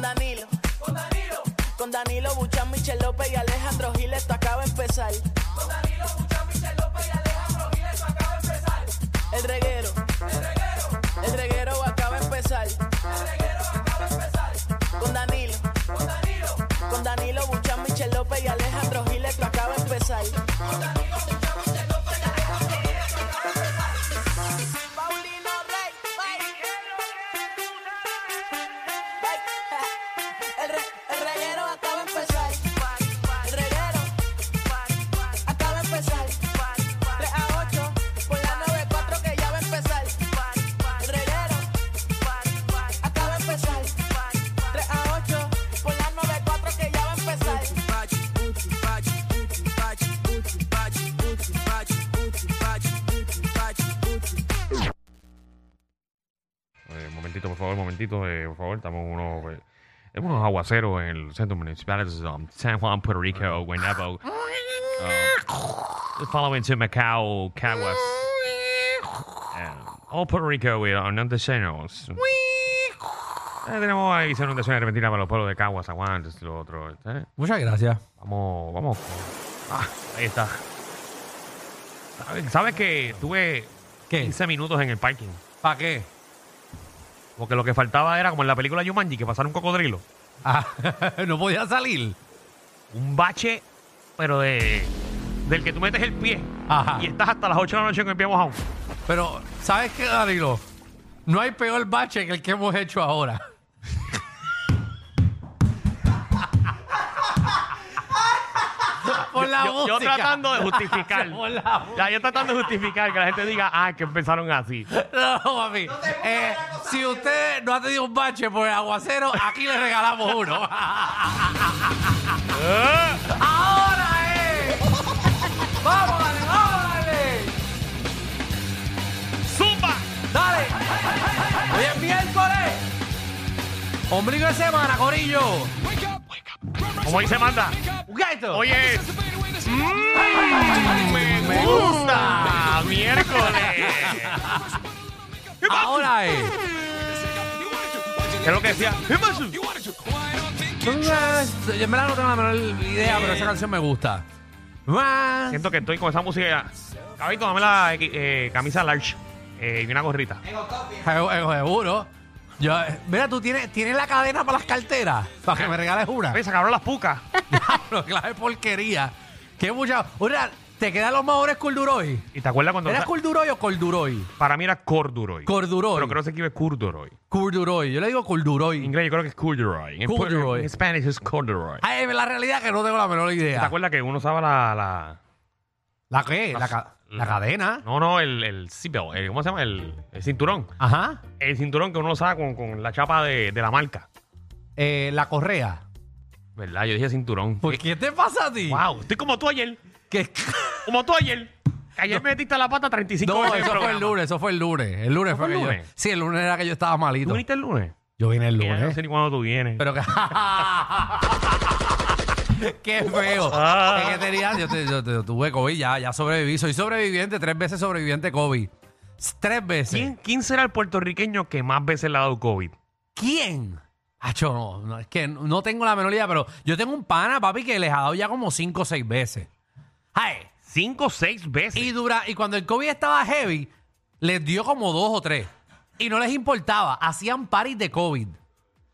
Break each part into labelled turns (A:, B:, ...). A: Danilo. Con Danilo. Con Danilo Buchan, Michel López y Alejandro Giles, esto acaba de empezar.
B: Con Danilo Buchan, Michel López y Alejandro Giles, esto acaba de empezar.
A: El reguero.
B: El reguero.
A: El reguero acaba de empezar.
B: El reguero acaba de empezar.
A: Con Danilo.
B: Con Danilo.
A: Con Danilo Buchan, Michel López y Alejandro Giles, esto acaba de empezar. Paulino Rey, bye. El re- el reguero acaba de empezar. El reguero acaba de empezar. 3 a 8 por la 94 que ya va a empezar. El reguero acaba de empezar. 3 a 8 por la 94 que ya va a empezar.
C: Eh, un momentito, por favor, un momentito, eh, por favor. Estamos unos, eh, en unos aguaceros en el centro municipal de um, San Juan, Puerto Rico, Guaynabo. Uh, following to Macau, Caguas. And all Puerto Rico with inundaciones. Eh, tenemos ahí inundaciones repentinas para los pueblos de Caguas, San Juan, esto y lo otro. ¿eh?
D: Muchas gracias.
C: Vamos, vamos. Ah, ahí está. ¿Sabes sabes que estuve
D: ¿Qué?
C: 15 minutos en el parking?
D: ¿Para qué?
C: Porque lo que faltaba era, como en la película Yumanji, que pasara un cocodrilo.
D: Ah, no podía salir.
C: Un bache, pero de del que tú metes el pie.
D: Ajá.
C: Y estás hasta las 8 de la noche con el pie mojado.
D: Pero, ¿sabes qué, Danilo? No hay peor bache que el que hemos hecho ahora. Por la
C: Yo, yo
D: música.
C: tratando de justificar.
D: Por la música.
C: Ya, yo tratando de justificar que la gente diga, ah, que empezaron así.
D: No, papi. Eh, si usted no ha tenido un bache por el aguacero, aquí le regalamos uno. ¡Ahora eh! ¡Vamos, dale, vamos, dale!
C: ¡Zumba!
D: ¡Dale! ¡Hoy es miércoles! ¡Ombligo de semana, corillo!
C: Como dice Manda.
D: ¡Gaito!
C: Oye. mm, me gusta. Miércoles.
D: ¡Ahora eh!
C: ¿Qué es lo que decía? ¿Qué pasó?
D: Yo en verdad no tengo la menor idea, pero
C: Eh.
D: esa canción me gusta. Más.
C: Siento que estoy con esa música. Cabito, dame la eh, camisa large eh, y una gorrita.
D: Segu- eh, Seguro. Yo, eh, mira, tú tienes, tienes la cadena para las carteras. Para que me regales una.
C: Oye, se acabaron las pucas.
D: Diablo, clase de porquería. Qué mucha. Mira, te quedan los mejores corduroy.
C: ¿Y te acuerdas cuando.?
D: ¿Era corduroy o corduroy?
C: Para mí era corduroy.
D: Corduroy.
C: Pero creo que se escribe corduroy.
D: Corduroy. Yo le digo
C: En
D: corduroy.
C: inglés yo creo que es corduroy. En-
D: Corduroy.
C: En Spanish es corduroy.
D: Ay, la realidad es que no tengo la menor
C: ¿Te
D: idea.
C: acuerdas que uno usaba la... la...
D: ¿La qué? La,
C: Las-
D: ca- la
C: la-
D: cadena.
C: No, no, el, el seatbelt, el- ¿Cómo se llama? El, el cinturón.
D: Ajá.
C: El cinturón que uno usaba con, con la chapa de, de la marca.
D: Eh, la correa.
C: ¿Verdad? Yo dije cinturón.
D: ¿Por qué te pasa a ti?
C: Wow, estoy como tú ayer.
D: Que-
C: Como tú ayer. Que Ayer me metiste la pata 35
D: No,
C: veces en
D: eso fue el
C: programa.
D: lunes, eso fue el lunes. El lunes
C: fue el
D: fue, que yo-
C: lunes?
D: Sí, el lunes era que yo estaba
C: ¿Tú
D: malito.
C: viniste el lunes?
D: Yo vine el
C: Mira,
D: lunes.
C: no sé ni cuándo tú vienes.
D: Pero que. ¡Qué feo! Es que tenía. Yo, te- yo te- yo tuve COVID, ya, ya sobreviví. Soy sobreviviente, tres veces sobreviviente COVID. S- Tres veces.
C: ¿Quién, ¿Quién será el puertorriqueño que más veces le ha dado COVID?
D: ¿Quién? Acho, no, no, es que no tengo la menor idea, pero yo tengo un pana, papi, que les ha dado ya como cinco o seis veces. ¡Ay!
C: Cinco o seis veces.
D: Y, dura, y cuando el COVID estaba heavy, les dio como dos o tres. Y no les importaba. Hacían paris de COVID.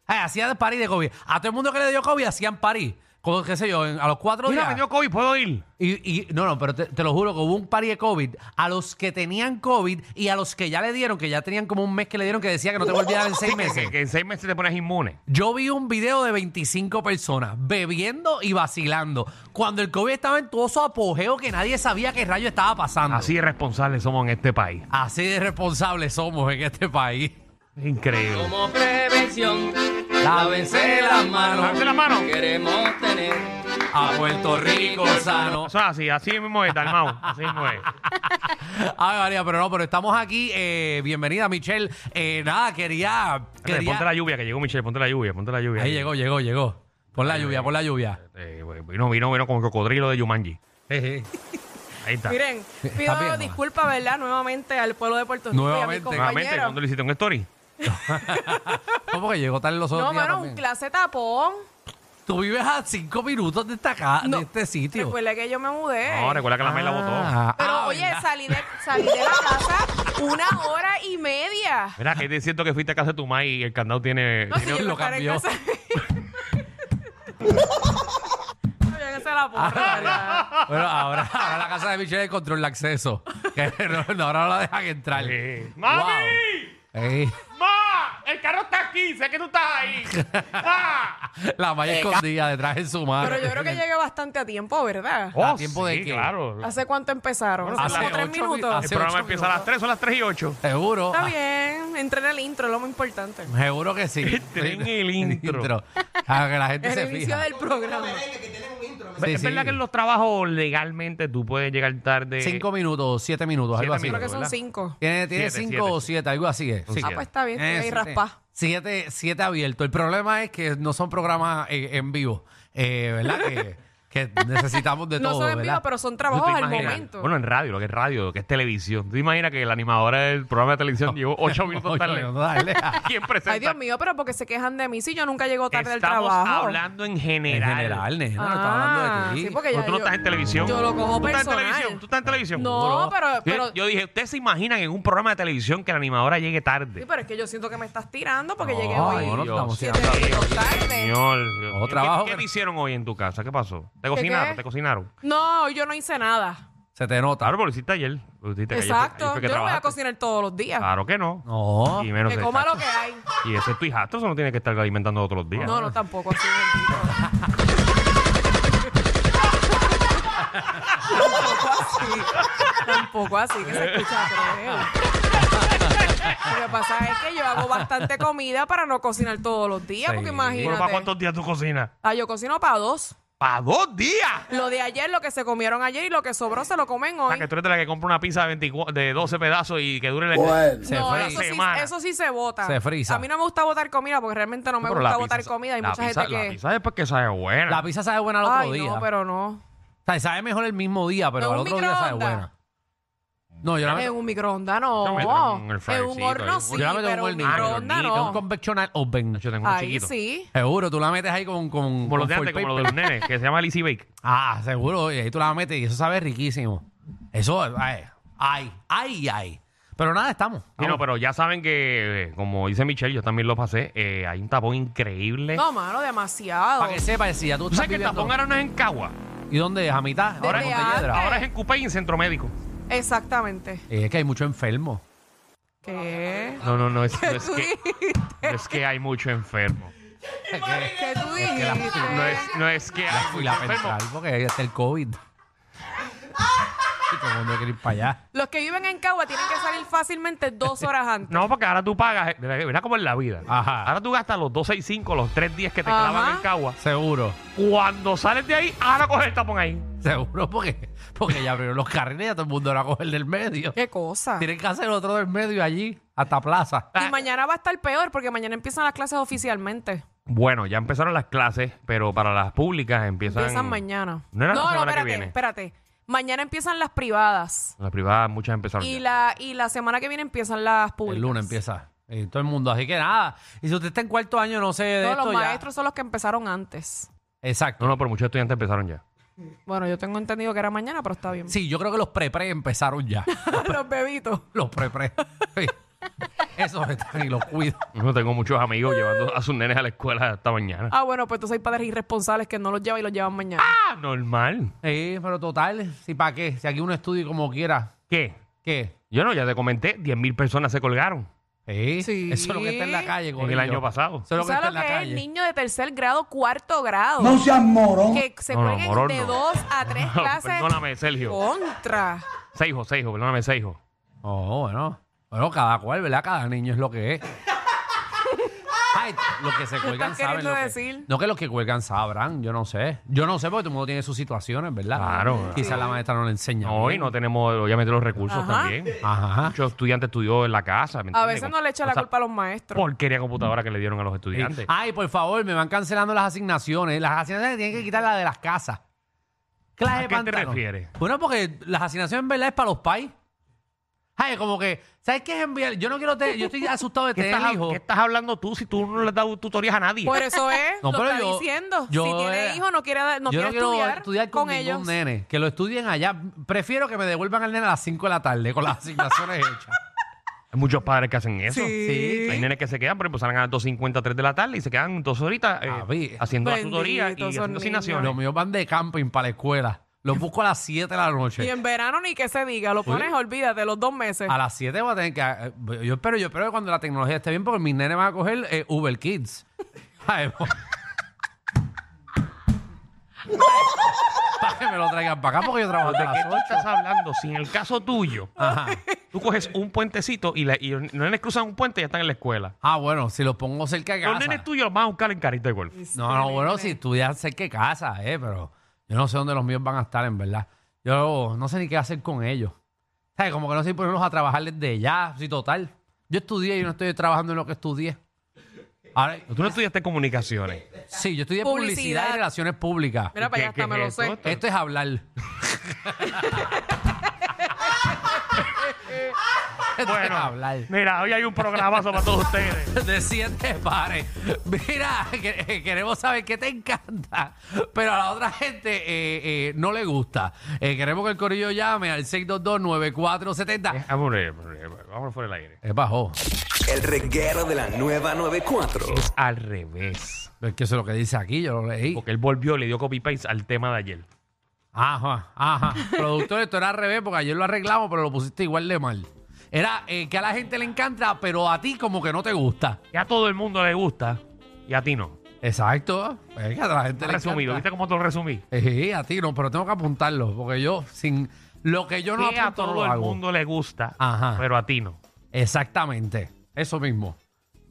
D: Ay, hacían paris de COVID. A todo el mundo que le dio COVID hacían paris. Como, qué sé yo, en- a los cuatro
C: Mira, me
D: días.
C: dio COVID, puedo ir.
D: Y, y- no, no, pero te, te lo juro que hubo un par de COVID a los que tenían COVID y a los que ya le dieron, que ya tenían como un mes que le dieron, que decía que no te voy a olvidar en seis meses.
C: Que, que en seis meses te pones inmune.
D: Yo vi un video de 25 personas bebiendo y vacilando cuando el COVID estaba en todo su apogeo que nadie sabía qué rayo estaba pasando.
C: Así de responsables somos en este país.
D: Así de responsables somos en este país.
C: Increíble.
E: Como prevención,
D: Lávense las manos.
C: Lávate la mano.
E: queremos tener.
D: A Puerto Rico sano.
C: Eso es así, así mismo es, Dalmau. Así mismo es.
D: Ay, María, pero no, pero estamos aquí. eh, bienvenida, Michelle. Eh, nada, quería.
C: Dale, Ponte la
D: quería...
C: lluvia, que llegó Michelle, ponte la lluvia, ponte la lluvia.
D: Ahí llegó, llegó, llegó. Por la lluvia, por la lluvia.
C: Eh, vino, vino, vino como cocodrilo de Yumanji. Ahí está.
F: Miren,
D: Está
F: pido
D: bien, mamá.
F: disculpas, ¿verdad? Nuevamente al pueblo de Puerto Rico y a mi
D: Nuevamente.
F: compañero.
C: Nuevamente, cuando le hiciste un story.
D: No, porque llegó tarde los otros
F: No,
D: días
F: mano,
D: también.
F: clase tapón.
D: Tú vives a cinco minutos de esta ca-
F: No.
D: de este sitio.
F: Recuerda que yo me mudé.
C: No, recuerda que la May la votó.
D: Eh. Ah,
F: Pero
D: ah,
F: oye,
D: ¿verdad?
F: salí de, salí de la casa una hora y media.
C: Mira, que te siento que fuiste a casa de tu May y el candado tiene.
F: No, si
C: tiene-
F: yo
D: lo
F: lo paré en
D: cambió.
F: casa. No, ya que se la porra,
D: Ah,
F: ¿verdad?
D: Bueno, ahora, ahora la casa de Michelle controla el acceso. Que no, no, ahora no la dejan entrar.
C: Sí.
D: Wow.
C: Eh, ¡Mami!
D: Ey,
C: ¡Ma! ¡El carro está aquí! ¡Sé que tú estás ahí! ¡Ah!
D: la malla escondida detrás en su mano.
F: Eh, Pero yo creo que llegué bastante a tiempo, ¿verdad?
D: ¿A
C: Oh,
D: tiempo
C: sí,
D: de qué?
C: claro.
F: ¿Hace cuánto empezaron?
D: Oh. Hace
F: Hace como tres
D: ocho mi-
F: minutos.
C: El
D: hace ocho
C: programa empieza a las
D: minutos.
C: 3, son las 3 y 8.
D: Seguro.
F: Está bien, entré en el intro, es lo más importante.
D: Ah, Seguro que sí.
C: Tienen el intro.
D: Para que la gente
F: El
D: se
F: inicio
D: fija.
F: del programa.
D: Sí,
C: es
D: sí.
C: verdad que en los trabajos legalmente tú puedes llegar tarde.
D: Cinco minutos, siete minutos,
C: Siete
D: algo así.
F: Creo
C: minutos.
F: que son
C: ¿verdad?
F: cinco.
D: Tiene, tiene
C: Siete,
D: cinco
C: siete.
D: o siete, algo así es.
C: Son
D: Sí.
F: Ah,
C: siete.
F: pues está bien, estoy
D: Eh,
F: ahí
D: siete-
F: raspá.
D: Siete, siete abiertos. El problema es que no son programas eh, en vivo, eh, ¿verdad? que, que necesitamos de
F: No
D: todo,
F: son en
D: ¿verdad?
F: vivo, pero son
C: ¿Tú te
F: trabajos al
C: imaginas?
F: momento.
C: Bueno, en radio, lo que es radio, lo que es televisión. ¿Tú te imaginas que la animadora del programa de televisión llegó 8 minutos
D: Ocho
C: tarde?
D: minutos, dale.
C: ¿Quién presenta?
F: Ay, Dios mío, pero porque se quejan de mí si yo nunca llego tarde al
C: Estamos
F: trabajo.
C: hablando en
D: En
C: general.
D: general, nena, no estaba
F: Ah,
D: hablando de ti.
F: sí, porque
C: Pero
F: ya
C: tú no
F: yo-
C: estás en televisión.
F: Yo lo cojo
C: ¿Tú estás en
F: personal.
C: televisión? ¿Tú estás en televisión?
F: No,
C: Seguro.
F: pero- pero-
C: Yo- Yo dije, ¿ustedes se imaginan en un programa de televisión que la animadora llegue tarde?
F: Sí, pero es que yo siento que me estás tirando porque llegué
D: No,
F: hoy.
D: no, no estamos
F: siete
D: tirando.
F: minutos tarde.
C: Señor, Dios mío. ¿Qué,
D: trabajo,
C: qué
D: pero-
C: te hicieron hoy en tu casa? ¿Qué pasó? ¿Te
F: ¿Qué
C: cocinaron?
F: qué?
C: ¿Te cocinaron?
F: No, yo no hice nada.
D: Se te nota.
C: Claro, porque lo hiciste ayer. Lo hiciste ayer,
F: Exacto.
C: ayer fue que
F: yo no voy a
C: trabajaste.
F: cocinar todos los días.
C: Claro que no.
D: No.
C: Y menos
F: Ah, que
C: el
F: coma lo
C: tacho.
F: que hay.
C: Y ese es tu hijastro, eso no tiene que estar alimentando todos los días.
F: No, no, tampoco. así, bendito. tampoco así. Tampoco así, que se escucha creo. Lo que pasa es que yo hago bastante comida para no cocinar todos los días,
D: Sí.
F: porque
C: Bueno, ¿Para
F: imagínate.
C: cuántos días tú cocinas?
F: Ah, yo cocino para dos.
C: ¡Para dos días!
F: Lo de ayer, lo que se comieron ayer y lo que sobró se lo comen
C: Para
F: hoy.
C: Ah, que tú eres de la que compra una pizza de, 24 de 12 pedazos y que dure la...
D: Se
F: no,
D: fue.
F: eso
C: la
F: sí,
C: semana.
F: eso sí se vota.
D: Se frisa.
F: A mí no me gusta votar comida porque realmente no me
C: Pero
F: gusta
C: la
F: votar
C: pizza-
F: comida. Hay
C: la
F: mucha
C: pizza-
F: gente
C: La
F: que.
C: pizza después que sabe buena.
D: La pizza sabe buena al otro
F: Ay,
D: día.
F: no, pero no.
D: O sea, sabe mejor el mismo día, pero
F: ¿En
D: al
F: un
D: otro día sabe
F: microondas?
D: buena. No, yo la
F: En
D: meto,
F: un microondas
C: Yo
F: no.
C: me traigo un air fryer,
F: En un
C: sí,
F: horno
C: pero-
F: sí,
D: yo la meto en
F: pero un
D: hornito, en
F: microondas
D: hornito, un
F: no.
D: convencional oven.
C: Yo tengo uno
F: Ahí
C: chiquito.
F: sí.
D: Seguro, tú la metes ahí con... con,
C: Como los
D: con
C: de antes,
D: foil
C: como los
D: paper.
C: de los nenes, que se llama Lizzie Bake.
D: Ah, seguro. Y ahí tú la metes y eso sabe riquísimo. Eso, ay, ay, ay. ay. Pero nada, estamos.
C: Sí, no,
D: estamos.
C: pero ya saben que, eh, como dice Michelle, yo también lo pasé, eh, hay un tapón increíble.
F: No, mano, demasiado.
D: Para que sepa, si ya tú
C: ¿Tú
D: estás
C: sabes que el
D: viviendo-
C: tapón ahora no es en Cagua?
D: ¿Y dónde es? ¿A mitad? Ahora en
F: Desde
D: Montelledra.
F: antes.
C: Ahora es en Cupey y en Centro Médico.
F: Exactamente.
D: Eh, Es que hay muchos enfermos.
F: ¿Qué?
C: No, no, no, es, no es
F: ¿Tú
C: que,
F: dijiste?
C: no es que hay mucho enfermo.
F: ¿Qué tú
D: que la-
F: dijiste?
C: No es, no es que hay
D: Y
C: mucho
D: Ah, la
C: enfermo.
D: pensar porque ahí está el COVID. y todo el mundo quiere ir para allá.
F: Los que viven en Cagua tienen que salir fácilmente dos horas antes.
C: No, porque ahora tú pagas, eh, mira, mira cómo es la vida.
D: Ajá.
C: Ahora tú gastas los 265, los 3 días que te
F: Ajá.
C: clavan en Cagua.
D: Seguro.
C: Cuando sales de ahí, ahora coges el tapón ahí.
D: Seguro porque, porque ya abrieron los carriles y ya todo el mundo va a coger del medio.
F: ¿Qué cosa?
D: Tienen que hacer otro del medio allí, hasta plaza.
F: Y mañana va a estar peor porque mañana empiezan las clases oficialmente.
C: Bueno, ya empezaron las clases, pero para las públicas empiezan...
F: Empiezan mañana.
C: No era la semana que
F: espérate,
C: viene.
F: espérate. Mañana empiezan las privadas.
C: Las privadas muchas empezaron
F: Y
C: ya.
F: la, y la semana que viene empiezan las públicas.
D: El lunes empieza. Y todo el mundo. Así que nada. Y si usted está en cuarto año, no sé de
F: No,
D: esto
F: los
D: ya.
F: maestros son los que empezaron antes.
D: Exacto.
C: No, no, pero muchos estudiantes empezaron ya.
F: Bueno, yo tengo entendido que era mañana, pero está bien.
D: Sí, yo creo que los pre-pre empezaron ya.
F: los bebitos.
D: los pre-pre. Sí. Esos están y los cuido.
C: Yo tengo muchos amigos llevando a sus nenes a la escuela esta mañana.
F: Ah, bueno, pues tú sois padres irresponsables que no los llevan y los llevan mañana.
C: Ah, normal.
D: Sí, pero total, si para qué, si aquí uno estudia como quiera,
C: ¿Qué?
D: ¿qué?
C: Yo no, ya te comenté, 10.000 personas se colgaron
D: Sí,
F: Sí.
D: Eso es lo que está en la calle,
C: en el
D: corillo.
C: año pasado.
D: Eso es lo
F: ¿Tú
D: que está
F: ¿Sabes
D: en
F: lo
D: la
F: que es el
D: calle.
F: niño de tercer grado, cuarto grado?
G: No seas morón.
F: Que se
C: No, no,
F: cuelguen
C: morón
F: de
C: no.
F: dos a tres clases.
C: perdóname, Sergio.
F: Contra.
C: Seijo, Seijo, perdóname, Seijo.
D: Oh, bueno. Bueno, cada cual, ¿verdad? Cada niño es lo que es. Ay, los que se cuelgan saben
F: queriendo
D: lo que,
F: decir?
D: No que los que cuelgan sabrán, yo no sé. Yo no sé porque todo el mundo tiene sus situaciones, ¿verdad?
C: Claro.
D: Quizás la maestra no le enseña.
C: Hoy no tenemos, obviamente, los recursos
F: Ajá.
C: también.
D: Ajá.
C: Muchos estudiantes estudió en la casa. ¿me
F: A
C: entiendes?
F: veces no le echa
C: O
F: la
C: sea,
F: culpa a los maestros.
C: Porquería computadora que le dieron a los estudiantes.
D: Ay, por favor, me van cancelando las asignaciones. Las asignaciones tienen que quitar las de las casas. Clase
C: ¿A
D: de
C: qué te
D: pantalón.
C: refieres?
D: Bueno, porque las asignaciones en verdad es para los pais. Ay, como que, ¿sabes qué es enviar? Yo no quiero tener, yo estoy asustado de
C: ¿Qué
D: tener
C: estás, hab-
D: hijos.
C: qué estás hablando tú si tú no le has dado tutorías a nadie?
F: Por e- eso es,
D: No,
F: lo
D: pero
F: está
D: yo-
F: diciendo.
D: yo
F: si tiene
D: era-
F: hijos, no quiere, dar- no
D: yo
F: quiere
D: no quiero
F: estudiar,
D: con, ningún
F: ellos.
D: nene. Que lo estudien allá. Prefiero que me devuelvan al nene a las 5 de la tarde con las asignaciones hechas.
C: Hay muchos padres que hacen eso.
D: Sí.
C: Hay nenes que se quedan, por ejemplo, salen a las 2.50, 3 de la tarde y se quedan dos horitas eh,
D: Javi.
C: haciendo la
F: Bendito,
C: tutoría y
F: son
C: haciendo
F: niños.
C: asignaciones.
D: Los míos van de camping para la escuela. Los busco a las 7 de la
F: Y
D: noche.
F: en verano ni que se diga, lo pones, olvídate, los dos meses.
D: A las 7 voy a tener que. eh, Yo espero, yo espero que cuando la tecnología esté bien, porque mis nenes van a coger eh, Uber Kids. Ay, pues. po- para que me lo traigan para acá porque yo trabajo hasta
C: ¿Qué
D: las
C: tú
D: 8.
C: estás hablando? Si en el caso tuyo,
D: Ajá.
C: tú coges un puentecito y, la- y los nenes cruzan un puente y ya están en la escuela.
D: Ah, bueno, si los pongo cerca de
C: Los
D: casa.
C: nenes tuyos los van a buscar en carita de golf.
D: No, no, bueno, si estudian cerca de casa, eh, pero yo no sé dónde los míos van a estar, en verdad. Yo no sé ni qué hacer con ellos. ¿Sabes? Como que no sé si ponerlos a trabajar desde ya, si total. Yo estudié y no estoy trabajando en lo que estudié. Ahora,
F: Mm.
C: Tú no estudiaste comunicaciones.
D: sí, yo estudié publicidad,
F: Publicidad.
D: y relaciones públicas.
F: Mira, para allá
C: ¿Qué-
F: hasta me
C: qué
F: lo
C: es
F: sé.
C: esto?
D: Esto es hablar. Esto es hablar.
C: mira, hoy hay un programazo para todos ustedes.
D: De siete pares. Mira, que- eh, queremos saber qué te encanta, pero a la otra gente eh, eh, no le gusta. Eh, queremos que el corillo llame al 622-9470.
C: Vamos, eh, eh, vamos fuera del aire.
D: Es bajo.
G: El reguero de la nueva 94.
C: Es al revés.
D: Es que eso es lo que dice aquí, yo lo leí.
C: Porque él volvió, le dio copy-paste al tema de ayer.
D: Ajá, ajá. Productor, esto era al revés porque ayer lo arreglamos, pero lo pusiste igual de mal. Era eh, que a la gente le encanta, pero a ti como que no te gusta.
C: Que a todo el mundo le gusta y a ti no.
D: Exacto. Es que a la gente le
C: Resumido,
D: encanta.
C: ¿viste cómo te lo resumí?
D: Sí, a ti no, pero tengo que apuntarlo porque yo sin... Lo que yo no
C: Que a
D: apunto no
C: todo
D: lo
C: el
D: hago.
C: mundo le gusta,
D: Ajá.
C: pero a ti no.
D: Exactamente. Eso mismo.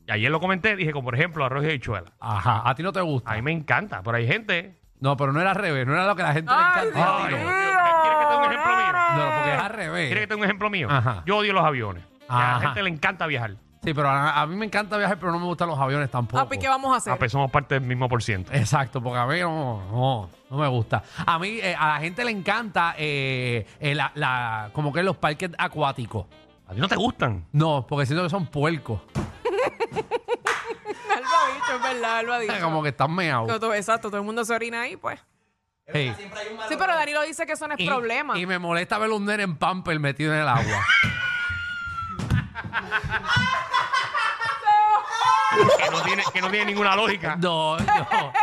C: Y ayer lo comenté, dije, como por ejemplo, arroz y habichuela.
D: Ajá. A ti no te gusta.
C: A mí me encanta, pero hay gente.
D: No, pero no era al revés. No era lo que la gente
F: Ay,
D: le encanta. a ti
C: Ay, Dios
D: no.
C: mío. ¿Quieres que te dé un ejemplo mío?
D: No, porque es
C: ¿Quieres
D: al
C: que
D: revés.
C: te dé un ejemplo mío?
D: Ajá.
C: Yo odio los aviones. A la
D: Ajá.
C: gente le encanta viajar.
D: Sí, pero a, a mí me encanta viajar, pero no me gustan los aviones tampoco.
F: Papi, ¿qué vamos a
D: Ah,
C: A
F: hacer?
C: pesar Ah, pues somos parte del mismo por ciento.
D: Exacto, porque a mí no, no, no me gusta. A mí, eh, a la gente le encanta eh, eh, la- la- como que los parques acuáticos.
C: A ti no te gustan.
D: No, porque siento que son puercos.
F: Él lo ha dicho, es verdad, él lo ha dicho.
D: Como que están
F: No,
D: meados.
F: todo- exacto, todo el mundo se orina ahí, pues.
D: Sí.
F: Sí, pero Danilo dice que eso no es
D: Y-
F: problema.
D: Y me molesta ver un nene en pamper metido en el agua.
C: que, no tiene, que no tiene ninguna lógica.
D: No, no, no,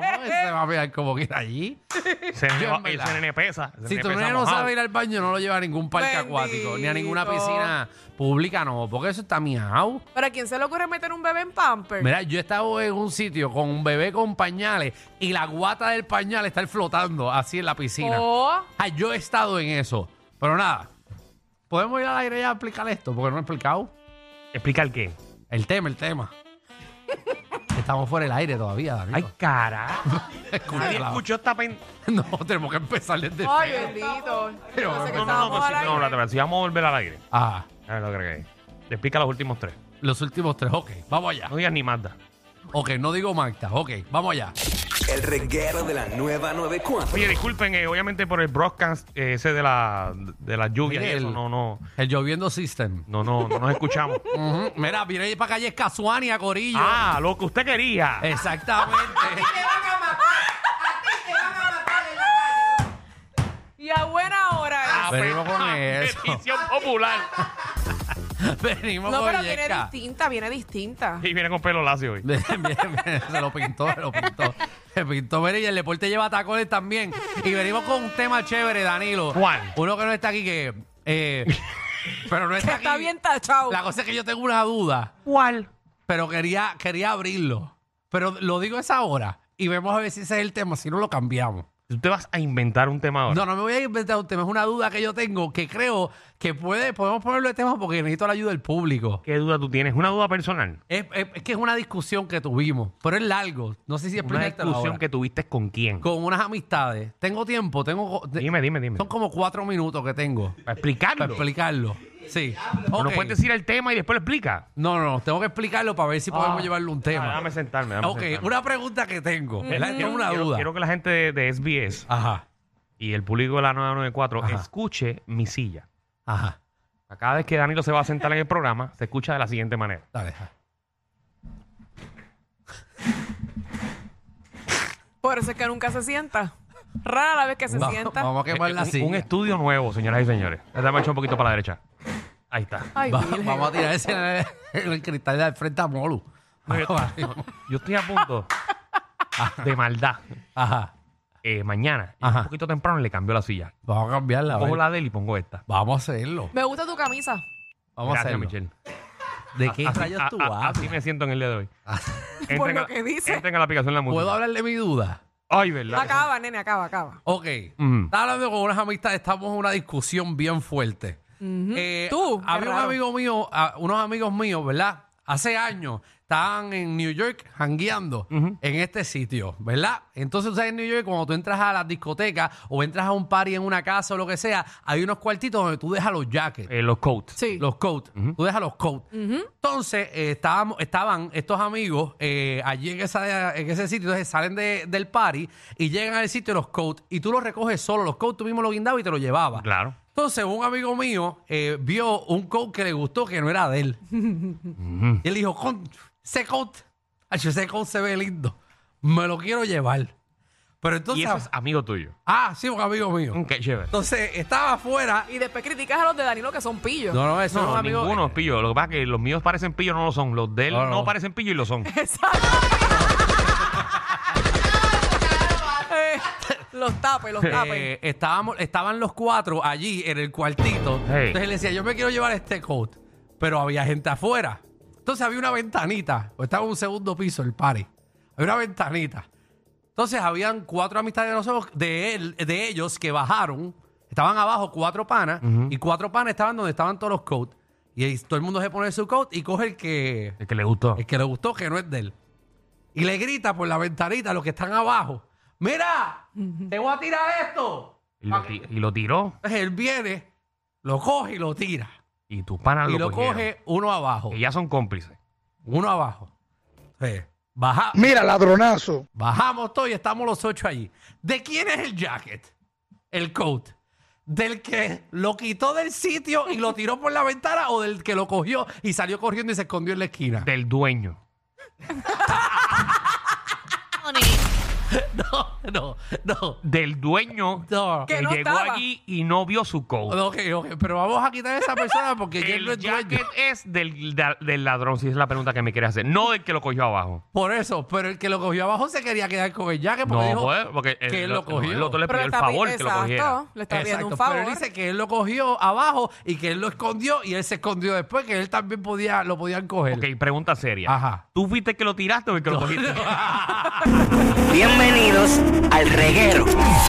D: porque se va a mirar como que está allí.
C: Ese nene
D: Yo,
C: va-
D: en verdad.
C: ese nene pesa. ese
D: Si
C: nene
D: tu
C: pesa
D: nene no
C: mojado.
D: sabe ir al baño, no lo lleva a ningún parque acuático, ni a ninguna
F: Bendito.
D: piscina pública, no, porque eso está miau.
F: Pero ¿a quién se le ocurre meter un bebé en pamper?
D: Mira, yo he estado en un sitio con un bebé con pañales y la guata del pañal está flotando así en la piscina.
F: O
D: Ah, yo he estado en eso. Pero nada, podemos ir al aire ya a explicar esto, porque no he explicado
C: Explica el qué.
D: el tema, el tema. Estamos fuera del aire todavía, David.
C: Ay, cara. Nadie
D: la-
C: escuchó esta pen...
D: No, tenemos que empezar desde
F: Ay,
D: cero.
F: bendito.
D: Pero-
F: Yo pensé que
C: No, no, no,
F: estábamos
C: pues, sí,
F: al
C: no,
F: aire.
C: la verdad, si vamos a volver al aire.
D: Ah,
C: A ver, lo que crees. Te explica los últimos tres.
D: los últimos tres, ok, vamos allá.
C: No digas ni Magda.
D: Ok, no digo Magda. Ok, vamos allá.
G: El reguero de la nueva 94.
C: Oye, disculpen, eh, obviamente por el broadcast eh, ese de la de las lluvias y
D: Oye,
C: eso,
D: el-
C: no, no,
D: El lloviendo system.
C: no, no, no nos escuchamos.
D: Ujú. Mira, viene para calle Casuania, Corillo.
C: ah, lo que usted quería.
D: Exactamente.
F: Y a buena hora.
C: Ah,
D: venimos con
C: pe-
D: eso.
C: Petición popular.
D: Venimos
F: No,
D: con
F: pero viene
D: Yesca.
F: distinta, viene distinta.
C: Y viene con pelo lacio hoy.
D: Bien, bien, bien. Se lo pintó, se lo pintó. Se pintó, mira, y el deporte lleva tacones también. Y venimos con un tema chévere, Danilo.
C: ¿Cuál?
D: Uno que no está aquí, que... eh, pero no está aquí.
F: Está bien tachado.
D: La cosa es que yo tengo una duda.
C: ¿Cuál?
D: pero quería, quería abrirlo. Pero lo digo a esa hora y vemos a ver si ese es el tema, si no lo cambiamos.
C: Tú te vas a inventar un tema ahora.
D: No, no me voy a inventar un tema, es una duda que yo tengo que creo que puede, podemos ponerlo de tema porque necesito la ayuda del público.
C: ¿Qué duda tú tienes? ¿Una duda personal?
D: Es, es- es que es una discusión que tuvimos, pero es largo. No sé si
C: ¿Una
D: explicártelo
C: discusión
D: ahora.
C: que tuviste con quién?
D: Con unas amistades. Tengo tiempo, tengo...
C: Dime, dime, dime.
D: Son como cuatro minutos que tengo
C: Para explicarlo.
D: para explicarlo. Sí.
C: Pero No
D: Ok.
C: puedes decir el tema y después lo explica.
D: No, no, no, tengo que explicarlo para ver si podemos llevarlo un
C: Ah,
D: tema.
C: déjame sentarme. déjame
D: ok,
C: sentarme.
D: una pregunta que tengo. ¿verdad?
C: Quiero-
D: Es una
C: Mm. quiero-
D: duda.
C: Quiero que la gente de, de SBS
D: Ajá,
C: y el público de la 994
D: Ajá.
C: escuche mi silla.
D: ajá.
C: Cada vez que Danilo se va a sentar en el programa, se escucha de la siguiente manera.
D: Dale.
F: Por eso es que nunca se sienta. Rara la vez que se
D: Va-
F: sienta.
D: Vamos a quemar
C: Eh,
D: la
C: un-
D: silla.
C: un, estudio nuevo, señoras y señores. Dame echar un poquito para la derecha. Ahí está.
F: Ay,
D: Va-
F: virgen.
D: vamos a tirar ese en el, en el cristal de frente a Molu.
C: No, yo, yo estoy a punto de maldad.
D: Ajá.
C: Eh, mañana,
D: Ajá.
C: un poquito temprano, le cambió la silla.
D: Vamos a cambiarla. a ver.
C: Cojo la de él y pongo esta.
D: Vamos a hacerlo.
F: Me gusta tu camisa.
D: Vamos
C: Gracias,
D: a hacerlo.
C: Michelle. Ah,
D: ¿De qué
C: Así-
D: rayos
C: a-
D: tú
C: a-
D: hablas?
C: Así me siento en el día de hoy. Entren
F: Por
C: a-
F: lo que dice.
C: Entren a la aplicación de la música.
D: ¿Puedo hablar de mi duda?
C: Ay, ¿verdad?
F: Acaba, nene, acaba, acaba.
D: Ok.
C: Mm.
D: Estaba hablando con unas amistades, estamos en una discusión bien fuerte. Eh,
F: Tú, qué
D: Había un
F: raro.
D: amigo mío, ah, unos amigos míos, ¿verdad? Hace años estaban en New York hangueando en este sitio, ¿verdad? Entonces, tú sabes, en New York, cuando tú entras a las discotecas o entras a un party en una casa o lo que sea, hay unos cuartitos donde tú dejas los jackets.
C: Eh, los coats.
F: Sí.
D: Los coats. Tú dejas los coats. Entonces, eh, estábamos, estaban estos amigos eh, allí en, esa- en ese sitio. Entonces, salen de- del party y llegan al sitio de los coats. Y tú los recoges solo. Los coats tú mismo los guindabas y te los llevabas.
C: Claro.
D: Entonces, un amigo mío eh, vio un coat que le gustó que no era de él. Y él dijo, con ese coat, acho, ese coat se ve lindo. Me lo quiero llevar. Pero
C: y
D: entonces...
C: ese es amigo tuyo.
D: Ah, sí, un amigo mío.
C: Qué chévere.
D: Entonces, estaba afuera...
F: Y después criticas a los de Danilo que son pillos.
D: No, no, eso
C: No,
D: es un amigo...
C: ninguno es pillo. Lo que pasa es que los míos parecen pillo, no lo son. Los de él
D: No,
C: no,
D: no.
C: parecen pillo y lo son.
F: Eh, los tapes, los tapes.
D: Eh, estábamos, estaban los cuatro allí en el cuartito.
C: Hey.
D: Entonces él decía, yo me quiero llevar este coat. Pero había gente afuera. Entonces había una ventanita. o Estaba en un segundo piso el party. Había una ventanita. Entonces habían cuatro amistades de nosotros, de, él, de ellos que bajaron. Estaban abajo cuatro panas. Y cuatro panas estaban donde estaban todos los coats. Y ahí todo el mundo se pone su coat y coge el que,
C: El que le gustó.
D: el que le gustó, que no es de él. Y le grita por la ventanita a los que están abajo. ¡Mira! ¡Te voy a tirar esto!
C: Y lo, ti- y lo tiró.
D: Entonces él viene, lo coge y lo tira.
C: Y tus panas
D: Y
C: Ah, lo,
D: lo
C: cogieron.
D: coge uno abajo.
C: Que ya son cómplices.
D: Uno abajo. Sí. Baja-
H: Mira, ladronazo.
D: bajamos todos y estamos los ocho allí. ¿De quién es el jacket? El coat. ¿Del que lo quitó del sitio y lo tiró por la ventana o del que lo cogió y salió corriendo y se escondió en la esquina?
C: Del dueño.
D: No, no, no.
C: Del dueño
D: No.
C: que
F: Que no
C: llegó
F: estaba.
C: allí y no vio su coat.
D: Ok, ok, pero vamos a quitar a esa persona porque ya él no
C: El
D: es dueño.
C: jacket es del, da- del ladrón, si es la pregunta que me quieres hacer. No del que lo cogió abajo.
D: Por eso, pero el que lo cogió abajo se quería quedar con el jacket porque
C: No,
D: dijo
C: pues, porque el,
D: que él lo cogió.
C: el otro le
F: Pero
C: pidió
F: le
C: el
F: está pi-
C: favor que lo
F: exacto,
C: cogiera.
F: Le está pidiendo un
D: Exacto,
F: favor.
D: Pero él dice que él lo cogió abajo y que él lo escondió y él se escondió después, que él también podía, lo podían coger.
C: Ok, pregunta seria.
D: Ajá.
C: ¿Tú fuiste el que lo tiraste o el que lo cogiste?
G: Bienvenidos al reguero.